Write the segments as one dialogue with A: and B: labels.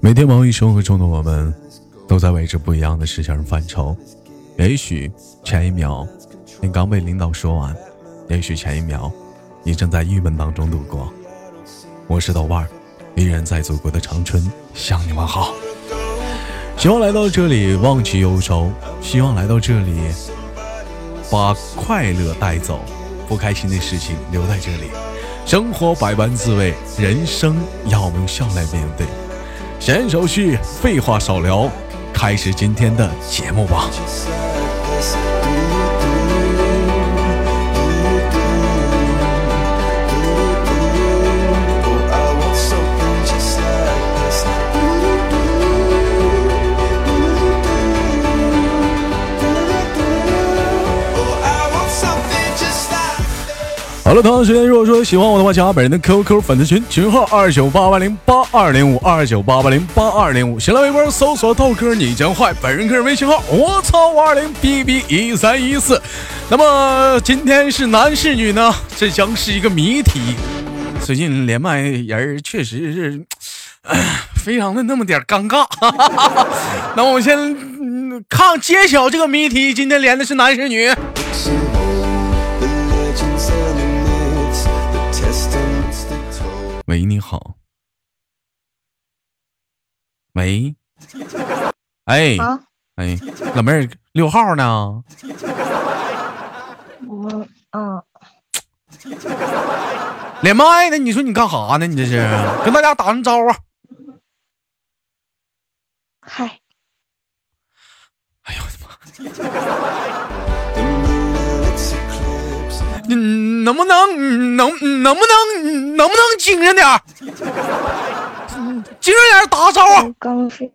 A: 每天忙于生活中的我们，都在为着不一样的事情而犯愁。也许前一秒你刚被领导说完，也许前一秒你正在郁闷当中度过。我是豆瓣儿，依然在祖国的长春向你问好。希望来到这里忘记忧愁，希望来到这里把快乐带走，不开心的事情留在这里。生活百般滋味，人生要我们用笑来面对。闲言少叙，废话少聊，开始今天的节目吧。好了，同样时间，如果说喜欢我的话，加本人的 QQ 粉丝群，群号二九八八零八二零五二九八八零八二零五，新浪微博搜索“豆哥你将坏”，本人个人微信号我操五二零 bb 一三一四。那么今天是男是女呢？这将是一个谜题。最近连麦人确实是，唉非常的那么点儿尴尬。 那我们先、嗯看揭晓这个谜题，今天连的是男是女？喂，你好。喂，哎
B: 啊，
A: 哎，老妹儿，六号呢？
B: 我嗯，
A: 连麦呢？你说你干啥呢？你这是跟大家打声招呼啊。
B: 嗨，
A: 哎呦我的妈！你能不能能能不能能不能精神点儿？精神点儿打个招呼。
B: 我刚睡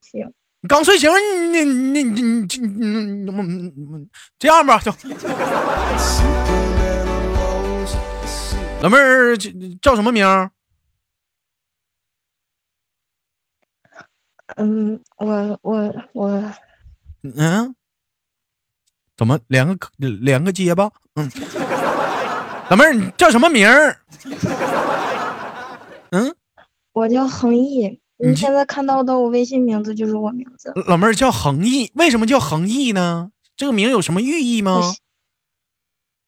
B: 醒，
A: 刚睡醒，你你你你你你你这样吧，就老妹儿叫叫什么名儿？
B: 嗯，我我我
A: 嗯，怎么连个连个结巴？嗯， 老妹儿，你叫什么名儿？嗯，
B: 我叫恒毅，
A: 你
B: 你
A: 这
B: 现在看到的我微信名字就是我名字，
A: 老妹儿叫恒毅，为什么叫恒毅呢？这个名有什么寓意吗
B: 我？姓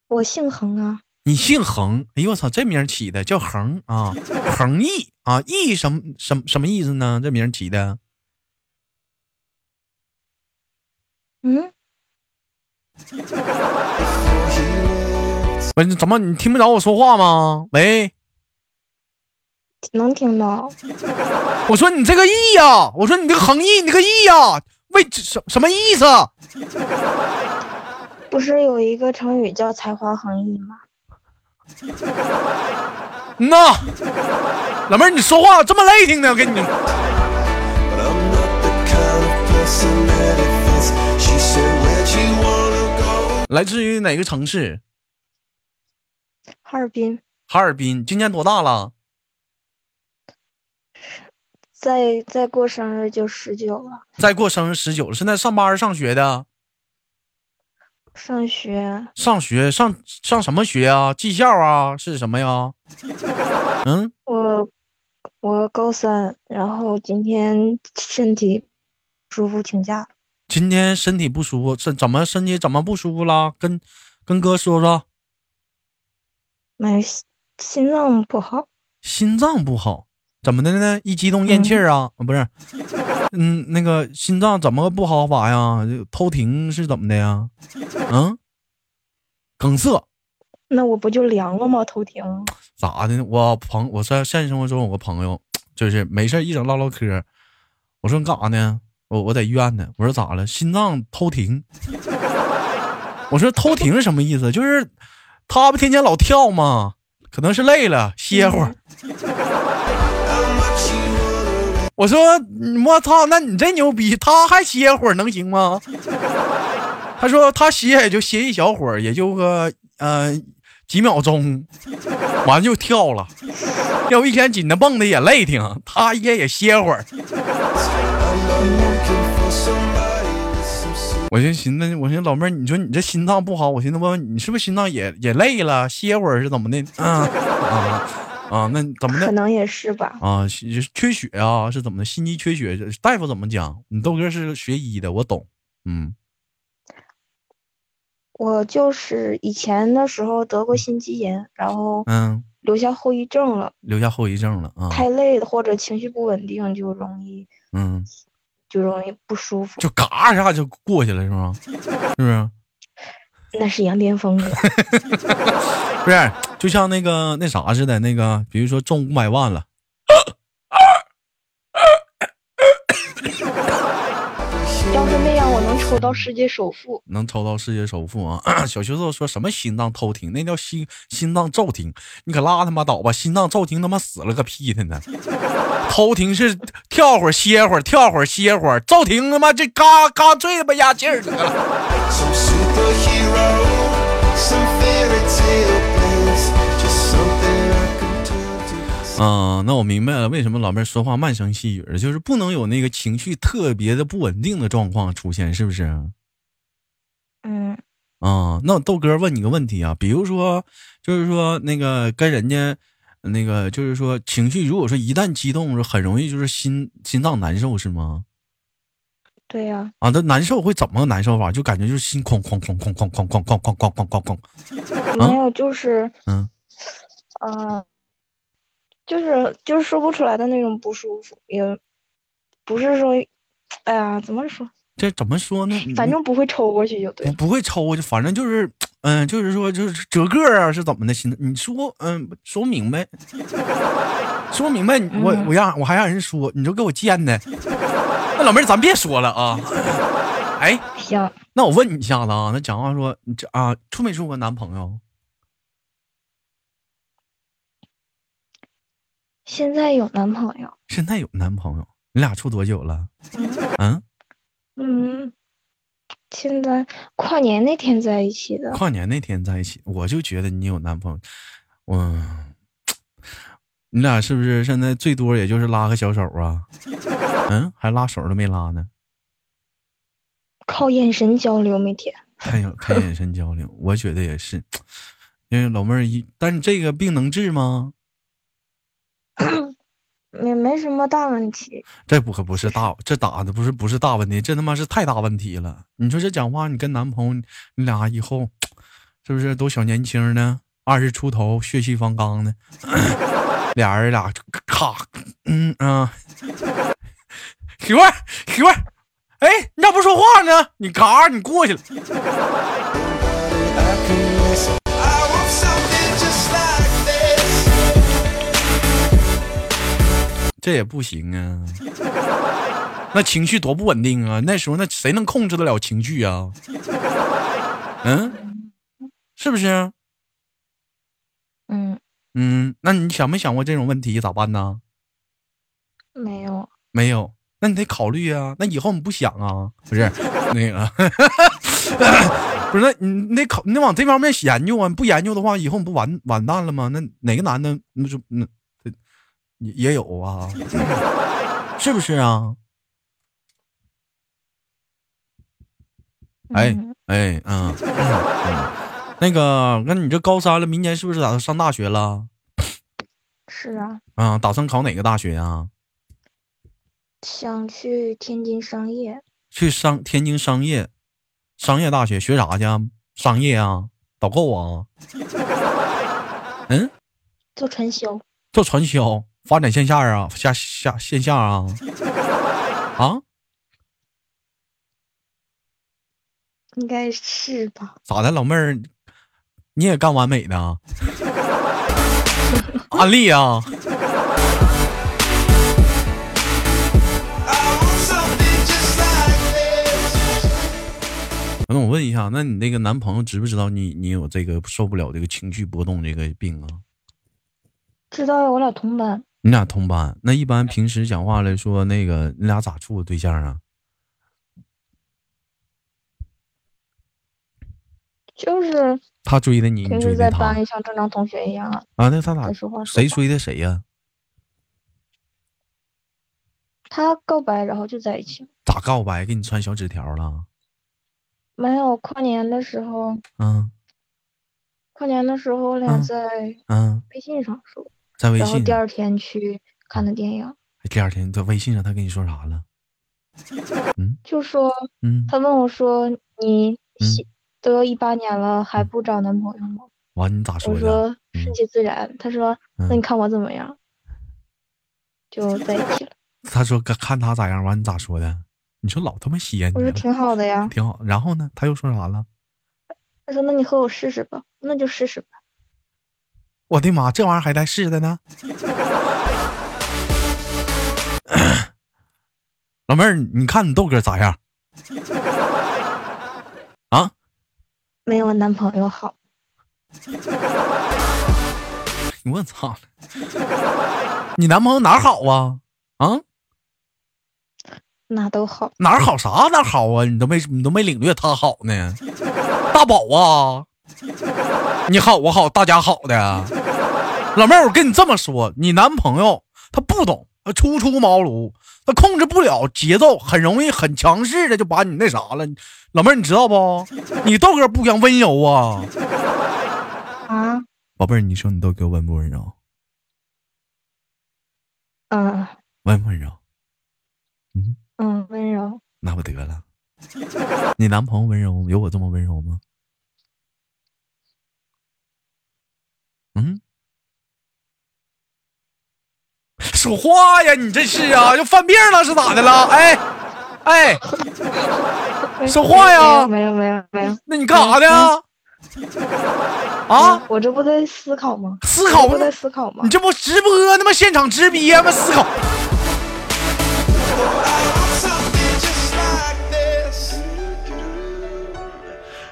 B: 我姓恒啊，
A: 你姓恒，哎呦我操，这名儿起的叫恒啊，恒毅啊，毅什么什么什么意思呢？这名儿起的。
B: 嗯，
A: 不是怎么你听不着我说话吗？喂，
B: 能听到？
A: 我说你这个意呀、我说你这个恒毅，你这个意呀、为这什什么意思？
B: 不是有一个成语叫才华横溢吗？
A: 嗯呐，老妹儿，你说话这么累听的，我跟你。来自于哪个城市？
B: 哈尔滨
A: 哈尔滨。今年多大了？
B: 再再过生日就十九了，
A: 再过生日十九了。现在上班儿上学的？
B: 上学
A: 上学上上什么学啊？技校啊？是什么呀？ 嗯，
B: 我我高三，然后今天身体不舒服请假了。
A: 今天身体不舒服，是怎么身体怎么不舒服了？跟跟哥说说。
B: 没事，心脏不好，
A: 心脏不好，怎么的呢？一激动咽气儿啊？不是，嗯，那个心脏怎么个不好法呀？就偷停是怎么的呀？嗯，梗塞
B: 那我不就凉了吗？头疼。
A: 咋的呢？我朋我在现实生活中有个朋友，就是没事儿一整唠唠嗑儿。我说你干啥呢？我我在医院呢。我说咋了？心脏偷停。我说偷停是什么意思？就是他不天天老跳吗？可能是累了，歇会儿。 我说嗯我操，那你真牛逼，他还歇会儿能行吗？他说他歇也就歇一小会儿，也就个呃几秒钟，完就跳了。要一天紧的蹦的也累挺，他一天也歇会儿。我就寻思，我寻思老妹儿，你说你这心脏不好，我寻思问问你是不是心脏也也累了，歇会儿是怎么的？嗯啊，啊，那怎么
B: 可
A: 的
B: 能也是吧。
A: 啊？是缺血啊？是怎么的？心肌缺血？大夫怎么讲？你豆哥是学医的，我懂。嗯，
B: 我就是以前的时候得过心肌炎，然后
A: 嗯，哦
B: 留下后遗症了，
A: 留下后遗症了啊。
B: 太累了或者情绪不稳定就容易
A: 嗯，
B: 就容易不舒服。
A: 就嘎一下就过去了，是吗？是不是？
B: 那是羊 癫疯的，
A: 不是，就像那个那啥似的，那个比如说中五百万了，
B: 要是那样，我能抽到世界首富。
A: 能抽到世界首富啊！ 小学时候说什么心脏偷停，那叫心心脏骤停，你可拉他妈倒吧！心脏骤停他妈死了个屁的呢！偷停是跳会儿歇会儿，跳会儿歇会儿，骤停他妈这嘎嘎坠他妈压气儿得了。
C: Some superhero, some fairy tale place, just something I can turn to.
A: 嗯，那我明白了，为什么老妹儿说话慢声细语儿，就是不能有那个情绪特别的不稳定的状况出现，是不啊是？
B: 嗯，
A: 啊、那豆哥问你个问题啊，比如说，就是说那个跟人家那个，就是说情绪，如果说一旦激动，很容易就是心心脏难受是吗？
B: 对呀、
A: 啊，那难受会怎么个难受法？就感觉就是心哐哐哐哐哐哐哐哐哐哐哐哐哐，
B: 没有，就是
A: 嗯，
B: 呃，就是就是说不出来的那种不舒服，也不是说，哎呀，怎么说，
A: 这怎么说呢？
B: 反正不会抽过去就对
A: 不
B: 了。
A: 不会抽，就反正就是，嗯、就是说就是折个儿啊，是怎么的？心你说，嗯、说明白， 说明白，我我让我还让人说，你就给我贱的。 那老妹儿，咱别说了啊。 哎，
B: 行，
A: 那我问你一下子啊，那讲话说你这啊，处没处过男朋友？
B: 现在有男朋友，
A: 现在有男朋友，你俩处多久了？嗯，
B: 嗯，现在跨年那天在一起的，
A: 跨年那天在一起，我就觉得你有男朋友，我，你俩是不是现在最多也就是拉个小手啊？ 嗯，还拉手都没拉呢，
B: 靠眼神交流每天。
A: 看眼看眼神交流，我觉得也是，因为老妹儿一，但是这个病能治吗？
B: 没没什么大问题，
A: 这不可不是大，这打的不是不是大问题，这他妈是太大问题了。你说这讲话，你跟男朋友你俩以后是不是都小年轻呢？二十出头，血气方刚的， 俩人俩咔，嗯啊，媳妇儿媳妇儿，哎，你咋不说话呢？你嘎，你过去了。
C: I can miss. I want something just like this.
A: 这也不行啊。那情绪多不稳定啊！那时候那谁能控制得了情绪啊？嗯，是啊不是？
B: 嗯，
A: 嗯，那你想没想过这种问题咋办呢？
B: 没有，
A: 没有，那你得考虑啊。那以后你不想啊？不是那个， 不是那你你得考，你得往这方面研究啊。你不研究的话，以后你不完完蛋了吗？那哪个男的那就那也也有啊？ 是不是啊？哎
B: 嗯
A: 哎，嗯，嗯那个，那你这高三了，明年是不是打算上大学了？
B: 是啊，
A: 啊，打算考哪个大学啊？
B: 想去天津商业，
A: 去商天津商业商业大学学啥去啊？商业啊，导购啊， 嗯，
B: 做传销，
A: 做传销，发展线下啊，下下线下啊，啊，
B: 应该是吧？
A: 咋的，老妹儿，你也干完美的啊？安利啊，
C: I want something just like this.
A: 那我问一下，那你那个男朋友知不知道你你有这个受不了这个情绪波动这个病啊？
B: 知道我俩同班，
A: 你俩同班，那一般平时讲话来说，那个你俩咋处的对象啊？
B: 就是
A: 他追的你，你
B: 平
A: 追
B: 时
A: 的
B: 在
A: 他
B: 班里像正常同学一样啊，
A: 啊？那他咋
B: 在？说话说
A: 谁
B: 话
A: 追的谁呀、
B: 他告白，然后就在一起了。
A: 咋告白？给你传小纸条了？
B: 没有跨年的时候，
A: 嗯
B: 跨年的时候我俩
A: 嗯
B: 在
A: 嗯
B: 微信上说，
A: 在微
B: 然后
A: 信嗯哎
B: 第二天去看的电影，
A: 第二天在微信上他跟你说啥了？
B: 就说
A: 嗯，
B: 他问我说你
A: 嗯
B: 喜都要一八年了还
A: 嗯
B: 不找男朋友吗？
A: 完你咋说
B: 我
A: 的？
B: 说顺
A: 嗯
B: 其自然。他说那
A: 嗯
B: 你看我怎么样？就在一起了。
A: 他说看看他咋样，完你咋说的？你说老他妈稀罕
B: 我
A: 你
B: 说
A: 了，
B: 挺好的呀。
A: 挺好。然后呢，他又说啥了？
B: 他说那你和我试试吧，那就试试吧。
A: 我的妈，这玩意儿还带试的呢！ 老妹儿，你看你豆哥咋样？ 啊，
B: 没有男朋友好，
A: 我操！ 你男朋友哪儿好啊？啊，
B: 哪都好。
A: 哪儿好啥哪儿好啊？你都没你都没领略他好呢，大宝啊！你好，我好，大家好的。老妹儿，我跟你这么说，你男朋友他不懂，他初出茅庐，他控制不了节奏，很容易很强势的就把你那啥了。老妹儿，你知道不？你豆哥不讲温柔啊，
B: 啊，
A: 宝贝儿，你说你豆哥温不温柔？
B: 嗯
A: 温不温柔？
B: 嗯，温柔
A: 那不得了。你男朋友温柔有我这么温柔吗？嗯，说话呀，你这是啊，又犯病了是咋的了？哎，哎，说话呀
B: 没有没有没有没有
A: 那你干啥呢？啊，
B: 我这不在思考吗？
A: 思考
B: 我这不在思考吗
A: 你？这不直播他妈现场直逼吗？思考，
C: Something just like this.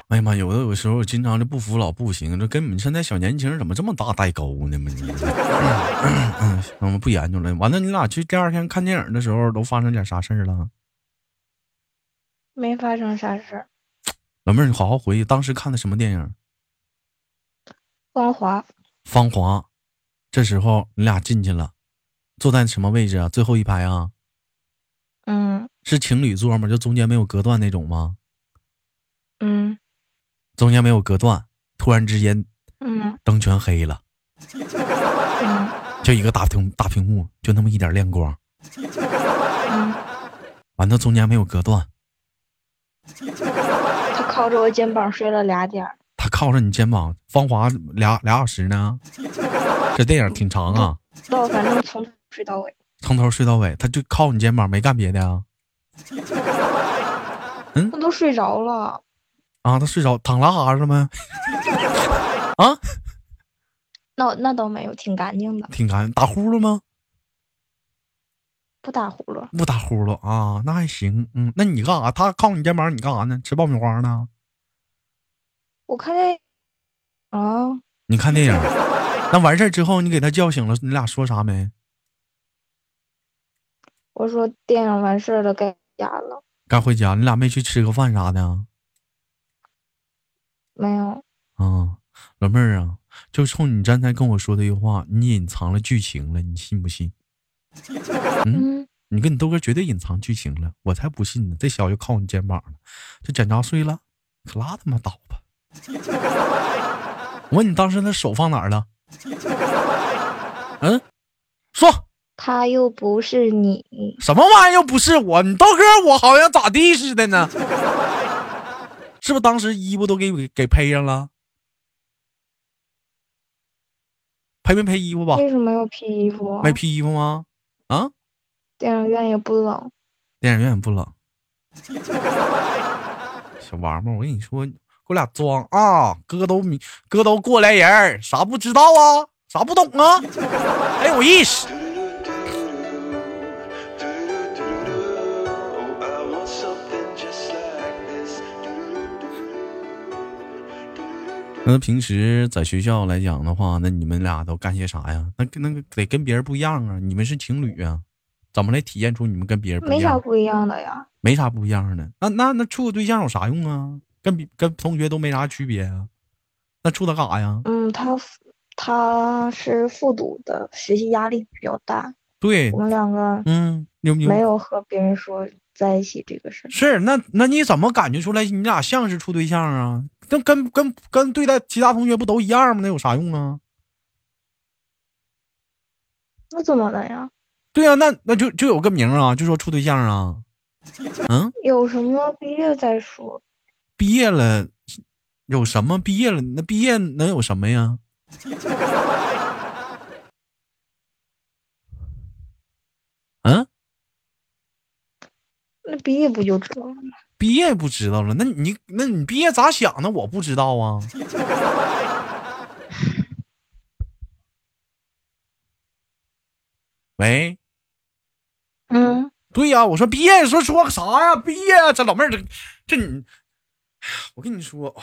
A: 哎呀妈，有的有时候我经常就不服老不行，这跟你们现在小年轻人怎么这么大代沟呢嘛？你嗯，我们不研究了。完了，你俩去第二天看电影的时候都发生点啥事儿了？
B: 没发生啥事儿。
A: 老妹儿，你好好回忆当时看的什么电影《
B: 光华
A: 芳华》。这时候你俩进去了，坐在什么位置啊？最后一排啊？
B: 嗯
A: 是情侣座吗？就中间没有隔断那种吗？
B: 嗯
A: 中间没有隔断，突然之间
B: 嗯
A: 灯全黑了，
B: 嗯
A: 就一个大屏大屏幕，就那么一点亮光。
B: 嗯，
A: 完了，中间没有隔断，
B: 他靠着我肩膀睡了俩点儿，
A: 他靠着你肩膀，芳华俩俩小时呢，这电影挺长啊，
B: 到反正从头睡到尾。
A: 从头睡到尾，他就靠你肩膀没干别的啊
B: 我都睡着了，
A: 啊，他睡着躺拉哈了吗？啊，
B: 那那倒没有，挺干净的，
A: 挺干，打呼噜吗？
B: 不打呼噜。
A: 不打呼噜啊，那还行，嗯，那你干啥？他靠你肩膀，你干啥呢？吃爆米花呢？
B: 我看见啊，
A: 你看电影，那完事儿之后你给他叫醒了，你俩说啥没？
B: 我说电影完事儿了，该回家了。
A: 该回家，你俩没去吃个饭啥的啊？
B: 没有，
A: 啊，老妹儿啊，就冲你刚才跟我说的一句话，你隐藏了剧情了，你信不信？
B: 嗯，
A: 你跟你豆哥绝对隐藏剧情了，我才不信呢！这小子靠你肩膀了，这检查睡了，可拉他妈倒吧！ 我问你当时那手放哪儿了？嗯，说
B: 他又不是你，
A: 什么玩意儿？又不是我，你豆哥我好像咋地似的呢？ 是不是当时衣服都给给给配上了？配没配衣服吧？
B: 为什么要披衣服啊？
A: 哦没披衣服吗？啊，
B: 电影院也不冷，
A: 电影院也不冷。小王八，我跟你说，给我俩装啊！哥都明，哥都过来人儿，啥不知道啊？啥不懂啊？还有意识。
C: Oh, I want something just like this.
A: 那平时在学校来讲的话，那你们俩都干些啥呀？那跟那个得跟别人不一样啊！你们是情侣啊，怎么来体现出你们跟别人不一
B: 没啥
A: 样？
B: 不一样的呀。
A: 没啥不一样的。那那那处个对象有啥用啊？跟比跟同学都没啥区别啊？那处他干啥呀？
B: 嗯，他他是复读的，学习压力比较大。
A: 对
B: 我，们两个
A: 嗯，牛不牛？
B: 没有和别人说在一起这个事儿，
A: 是，那那你怎么感觉出来你俩像是处对象啊？那跟跟跟对待其他同学不都一样吗？那有啥用啊？
B: 那怎么了呀？
A: 对啊，那那就就有个名儿啊，就说处对象啊。嗯，
B: 有什么毕业再说。
A: 毕业了有什么？毕业了那毕业能有什么呀？ 嗯，
B: 那毕业不就知道了吗？
A: 毕业不知道了，那你那你毕业咋想的？我不知道啊。 喂，
B: 嗯，
A: 对呀、我说毕业，说说个啥呀、毕业啊，这老妹儿，这这你，哎呀我跟你说，哎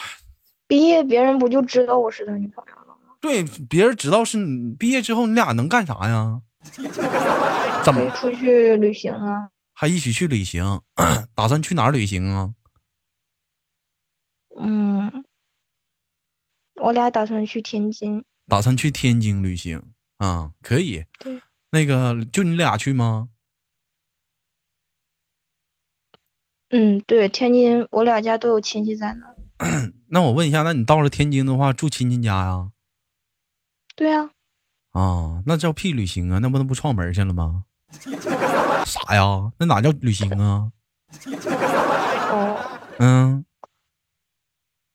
B: 毕业别人不就知道我是他女朋友了吗？
A: 对，别人知道是你毕业之后，你俩能干啥呀？ 怎
B: 可以
A: 么
B: 出去旅行啊。
A: 还一起去旅行？ 打算去哪儿旅行啊？
B: 嗯，我俩打算去天津。
A: 打算去天津旅行啊，可以
B: 对。
A: 那个就你俩去吗？
B: 嗯，对，天津我俩家都有亲戚在那儿。
A: 那我问一下，那你到了天津的话，住亲戚家呀？
B: 对呀、
A: 啊，那叫屁旅行啊！那不能不串门去了吗？ 啥呀？那哪叫旅行啊？
B: 哦，
A: 嗯，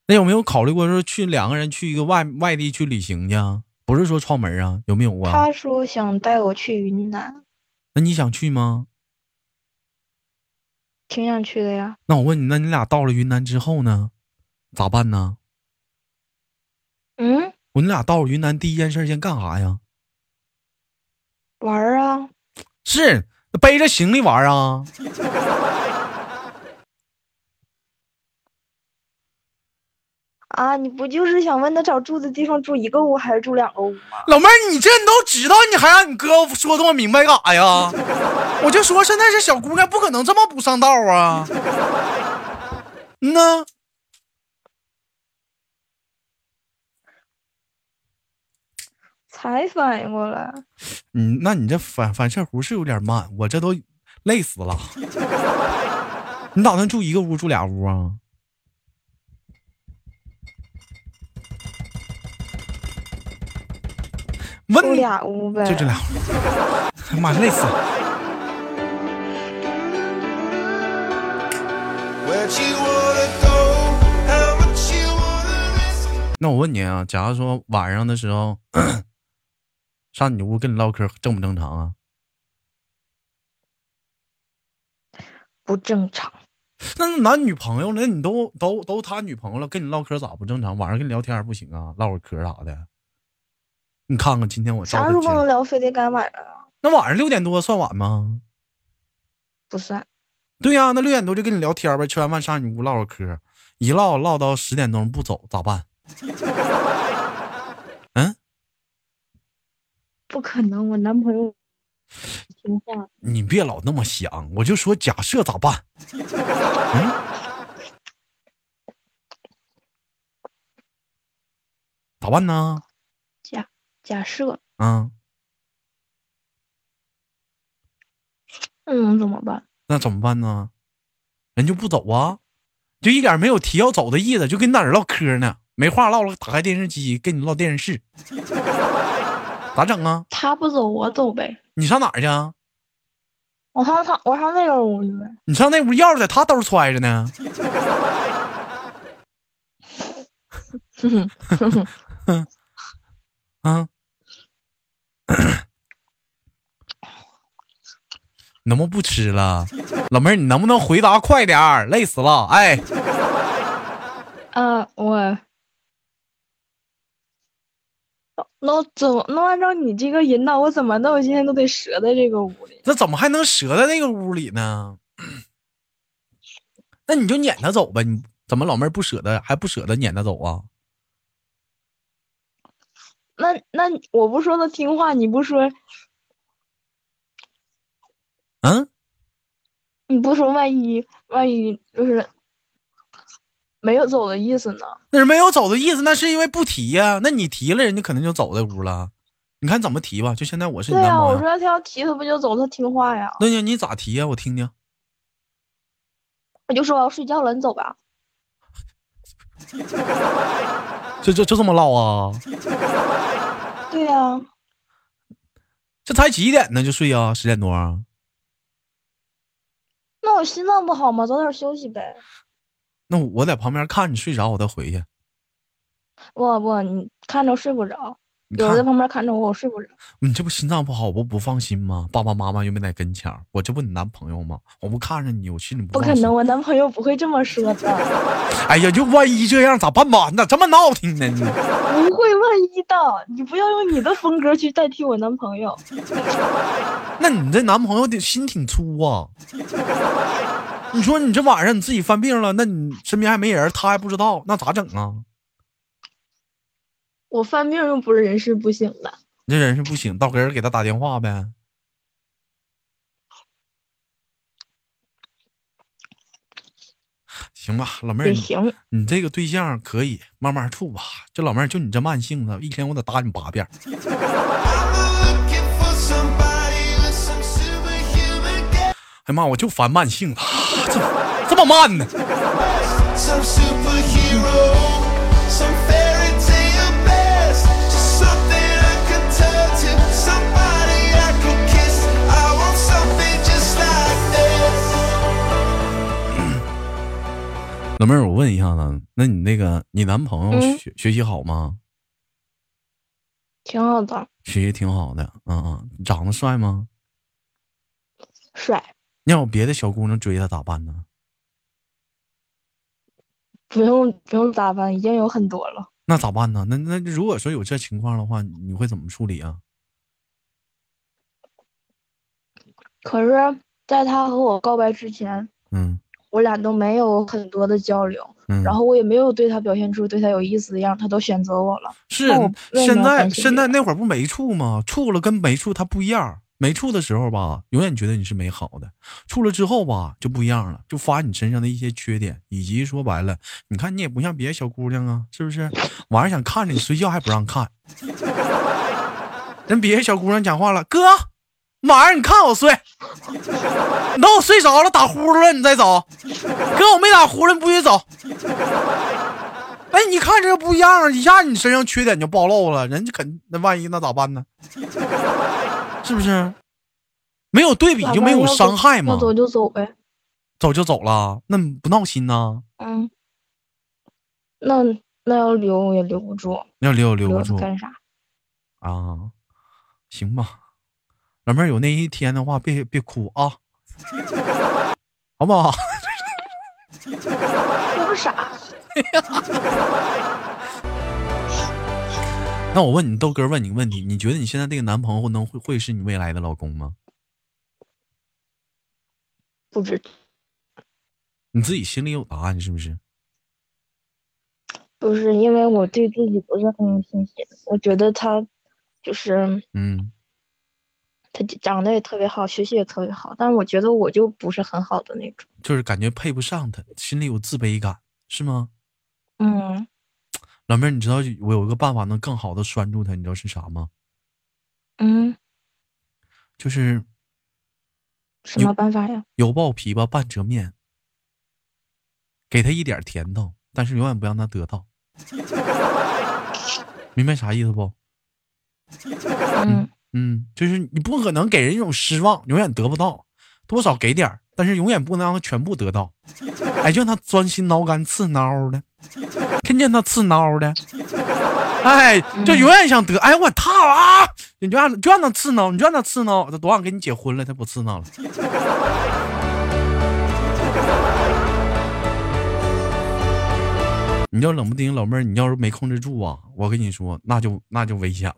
A: 那有没有考虑过说去两个人去一个外外地去旅行去啊？不是说串门啊？有没有啊？
B: 他说想带我去云南，
A: 那你想去吗？
B: 挺想去的呀。
A: 那我问你，那你俩到了云南之后呢？咋办呢？
B: 嗯，
A: 我你俩到了云南第一件事先干啥呀？
B: 玩儿啊。
A: 是那背着行李玩儿啊？
B: 啊，你不就是想问他找住的地方住一个屋还是住两个屋吗？
A: 老妹儿，你这你都知道，你还让你哥说这么明白干啥呀？我就说现在这小姑娘不可能这么不上道啊。嗯呐，
B: 才反应过来，
A: 嗯，那你这反反射弧是有点慢，我这都累死了。你打算住一个屋，住俩屋啊？问
B: 住
A: 你
B: 俩屋呗。
A: 就这俩。哎呀 妈，累死了！
C: Where'd you wanna go? How much you wanna risk?
A: 那我问你啊，假如说晚上的时候 上你屋跟你唠嗑，正不正常啊？
B: 不正常。
A: 那男女朋友那你都都都他女朋友了，跟你唠嗑咋不正常？晚上跟你聊天不行啊，唠会嗑啥的。你看看今天我
B: 啥
A: 照
B: 时
A: 的
B: 候不能
A: 镜，
B: 聊，非得赶晚上啊？
A: 那晚上六点多算晚吗？
B: 不算。
A: 对呀、那六点多就跟你聊天呗，吃完饭上你屋唠会嗑，一唠唠到十点钟不走咋办？嗯，
B: 不可能，我男朋友听话。
A: 你别老那么想，我就说假设咋办？嗯，咋办呢？
B: 假假设，
A: 啊，
B: 那能怎么办？
A: 那怎么办呢？人就不走啊，就一点没有提要走的意思，就跟你在这儿唠嗑呢，没话唠了，打开电视机跟你唠电视，咋整啊？
B: 他不走，我走呗。
A: 你上哪儿去啊？
B: 我上他，我上那个屋去呗。
A: 你上那屋钥匙在他兜儿揣着呢，
B: 哼哼哼哼，
A: 啊？ 能不能不吃了？老妹儿，你能不能回答快点儿？累死了！哎，
B: 啊，我。那我怎么？那按照你这个引导，我怎么弄？我今天都得折在这个屋里。
A: 那怎么还能折在那个屋里呢？ 那你就撵他走呗。你怎么老妹儿不舍得，还不舍得撵他走啊？
B: 那那我不说他听话，你不说
A: 嗯，
B: 你不说，万一万一就是没有走的意思呢？
A: 那是没有走的意思，那是因为不提呀、那你提了，人家可能就走这屋了。你看怎么提吧？就现在我是你
B: 对
A: 男
B: 呀、
A: 朋
B: 我
A: 友，啊
B: 说他要提，他不就走？他听话呀。
A: 那你你咋提呀、我听听。
B: 我就说我要睡觉了，你走吧。
A: 就就就这么唠啊？
B: 对呀、
A: 这才几点呢？就睡啊？十点多啊？
B: 那我心脏不好吗？早点休息呗。
A: 那我在旁边看你睡着，我再回去。
B: 不不，你看着睡不着，
A: 你
B: 有人在
A: 看，
B: 旁边看着我，我睡不着。
A: 你这不心脏不好，我不不放心吗？爸爸妈妈又没在跟前儿，我这不你男朋友吗？我不看着你，我心里
B: 不
A: 放
B: 可
A: 心
B: 能，。啊我男朋友不会这么说的，
A: 哎呀，就万一这样咋办吧？你咋这么闹挺呢？你
B: 不会万一的。你不要用你的风格去代替我男朋友。
A: 那你这男朋友得心挺粗啊！你说你这晚上你自己犯病了，那你身边还没人，他还不知道，那咋整啊？
B: 我犯病又不是人事不省的，
A: 你这人是不行，到给人给他打电话呗。行吧，老妹儿，
B: 也
A: 你
B: 行。
A: 你这个对象可以慢慢处吧。这老妹儿就你这慢性子，一天我得打你八遍。
C: looking for somebody with some superhuman gas,
A: 哎妈，我就烦慢性子，这这么慢呢？
C: some superhero, some fairy tale best, just something I could turn to, somebody I could kiss. I want something just like this.
A: 老妹儿，我问一下子，那你那个你男朋友
B: 嗯
A: 学、学习好吗？
B: 挺好的，
A: 学习挺好的，嗯嗯，长得帅吗？
B: 帅，
A: 要有别的小姑娘追他咋办呢？
B: 不用不用打扮，已经有很多了。
A: 那咋办呢？那那如果说有这情况的话，你会怎么处理啊？
B: 可是，在他和我告白之前，
A: 嗯
B: 我俩都没有很多的交流，
A: 嗯，
B: 然后我也没有对他表现出对他有意思的样，他都选择我了。
A: 是
B: 那我为什
A: 现
B: 么要
A: 在
B: 担心
A: 现
B: 这
A: 在
B: 个
A: 那会儿不没处吗？处了跟没处它不一样。没处的时候吧，永远觉得你是美好的；处了之后吧，就不一样了，就发现你身上的一些缺点，以及说白了，你看你也不像别的小姑娘啊，是不是？晚上想看着你睡觉还不让看， 人别的小姑娘讲话了，哥，晚上你看我睡，你等我睡着了打呼噜了你再走，哥我没打呼噜你不许走。哎，你看这个不一样啊，一下你身上缺点就暴露了，人家肯那万一那咋办呢？是不是？没有对比
B: 咋
A: 就没
B: 办
A: 有
B: 要走
A: 伤害嘛
B: 要，走就走呗。
A: 走就走了，那你不闹心呐、
B: 嗯，那那要留我也留不住，
A: 要留留
B: 留
A: 不
B: 他
A: 住
B: 干啥？
A: 啊，行吧，老妹儿有那一天的话，别别哭啊，好不好？
B: 哭啥？
A: 那我问你，豆哥问你个问题，你觉得你现在这个男朋友能会会是你未来的老公吗？
B: 不知
A: 你自己心里有答案是不是？
B: 不是因为我对自己不是很有信心，我觉得他就是
A: 嗯，
B: 他长得也特别好，学习也特别好，但是我觉得我就不是很好的那种。
A: 就是感觉配不上他，心里有自卑感，是吗？
B: 嗯，
A: 老妹儿，你知道我有一个办法能更好的拴住他，你知道是啥吗？
B: 嗯，
A: 就是
B: 什么办法呀？
A: 油爆琵琶半遮面，给他一点甜头，但是永远不让他得到， 明白啥意思不？
B: 嗯，
A: 嗯，就是你不可能给人一种失望，永远得不到，多少给点儿，但是永远不能让他全部得到。哎，就让他钻心挠肝刺挠的，听见他刺挠的，哎，就永远想得，哎我操啊！你就让你就让他刺挠，你就让他刺挠，他多晚跟你结婚了，他不刺挠了。你要冷不丁老妹儿，你要是没控制住啊，我跟你说，那就那就危险了。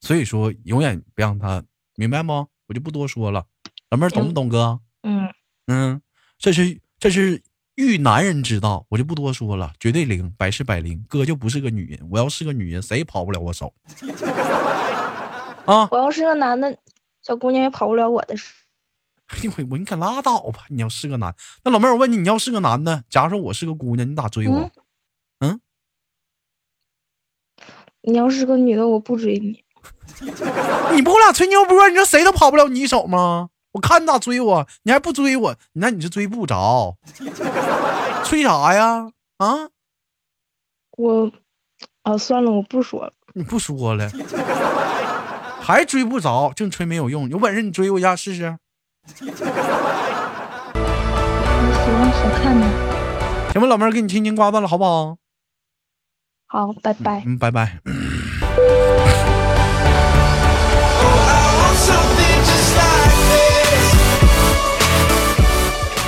A: 所以说，永远不让他明白吗？我就不多说了，老妹儿懂不
B: 嗯
A: 懂哥？
B: 嗯，
A: 嗯，这是这是遇男人之道，我就不多说了，绝对零，百试百灵。哥就不是个女人，我要是个女人，谁也跑不了我手。啊，
B: 我要是个男的，小姑娘也跑不了我的事。
A: 哎呦喂，我你可拉倒吧！你要是个男，那老妹儿，我问你，你要是个男的，假如说我是个姑娘，你咋追我？
B: 嗯你要是个女的，我不追你。
A: 你不跟我俩吹牛波，你说谁都跑不了你手吗？我看你咋追我，你还不追我，那你是追不着， 吹啥呀？啊，
B: 我，啊，算了，我不说了。
A: 你不说了，还追不着，净吹没有用。有本事你追我一下试试。
B: 我喜欢好看的。
A: 行吧，老妹儿，给你亲亲瓜子了，好不好？
B: 好，拜拜。
A: 嗯，拜拜。
C: I want something just like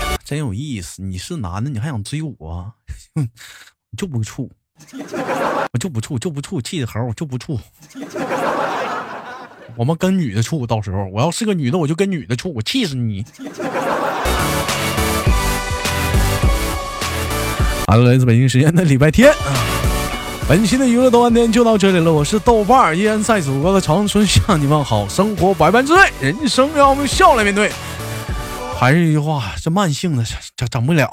C: this.
A: 真有意思，你是男的，你还想追我？你就不处，我就不处，就不处，气的猴，我就不处。我们跟女的处，到时候我要是个女的，我就跟女的处，我气死你！好了，来自北京时间的礼拜天啊，本期的娱乐豆瓣天就到这里了。我是豆瓣儿，依然在祖国的长春向你问好。生活百般滋味，人生要用笑来面对。还是一句话，这慢性的整整不了。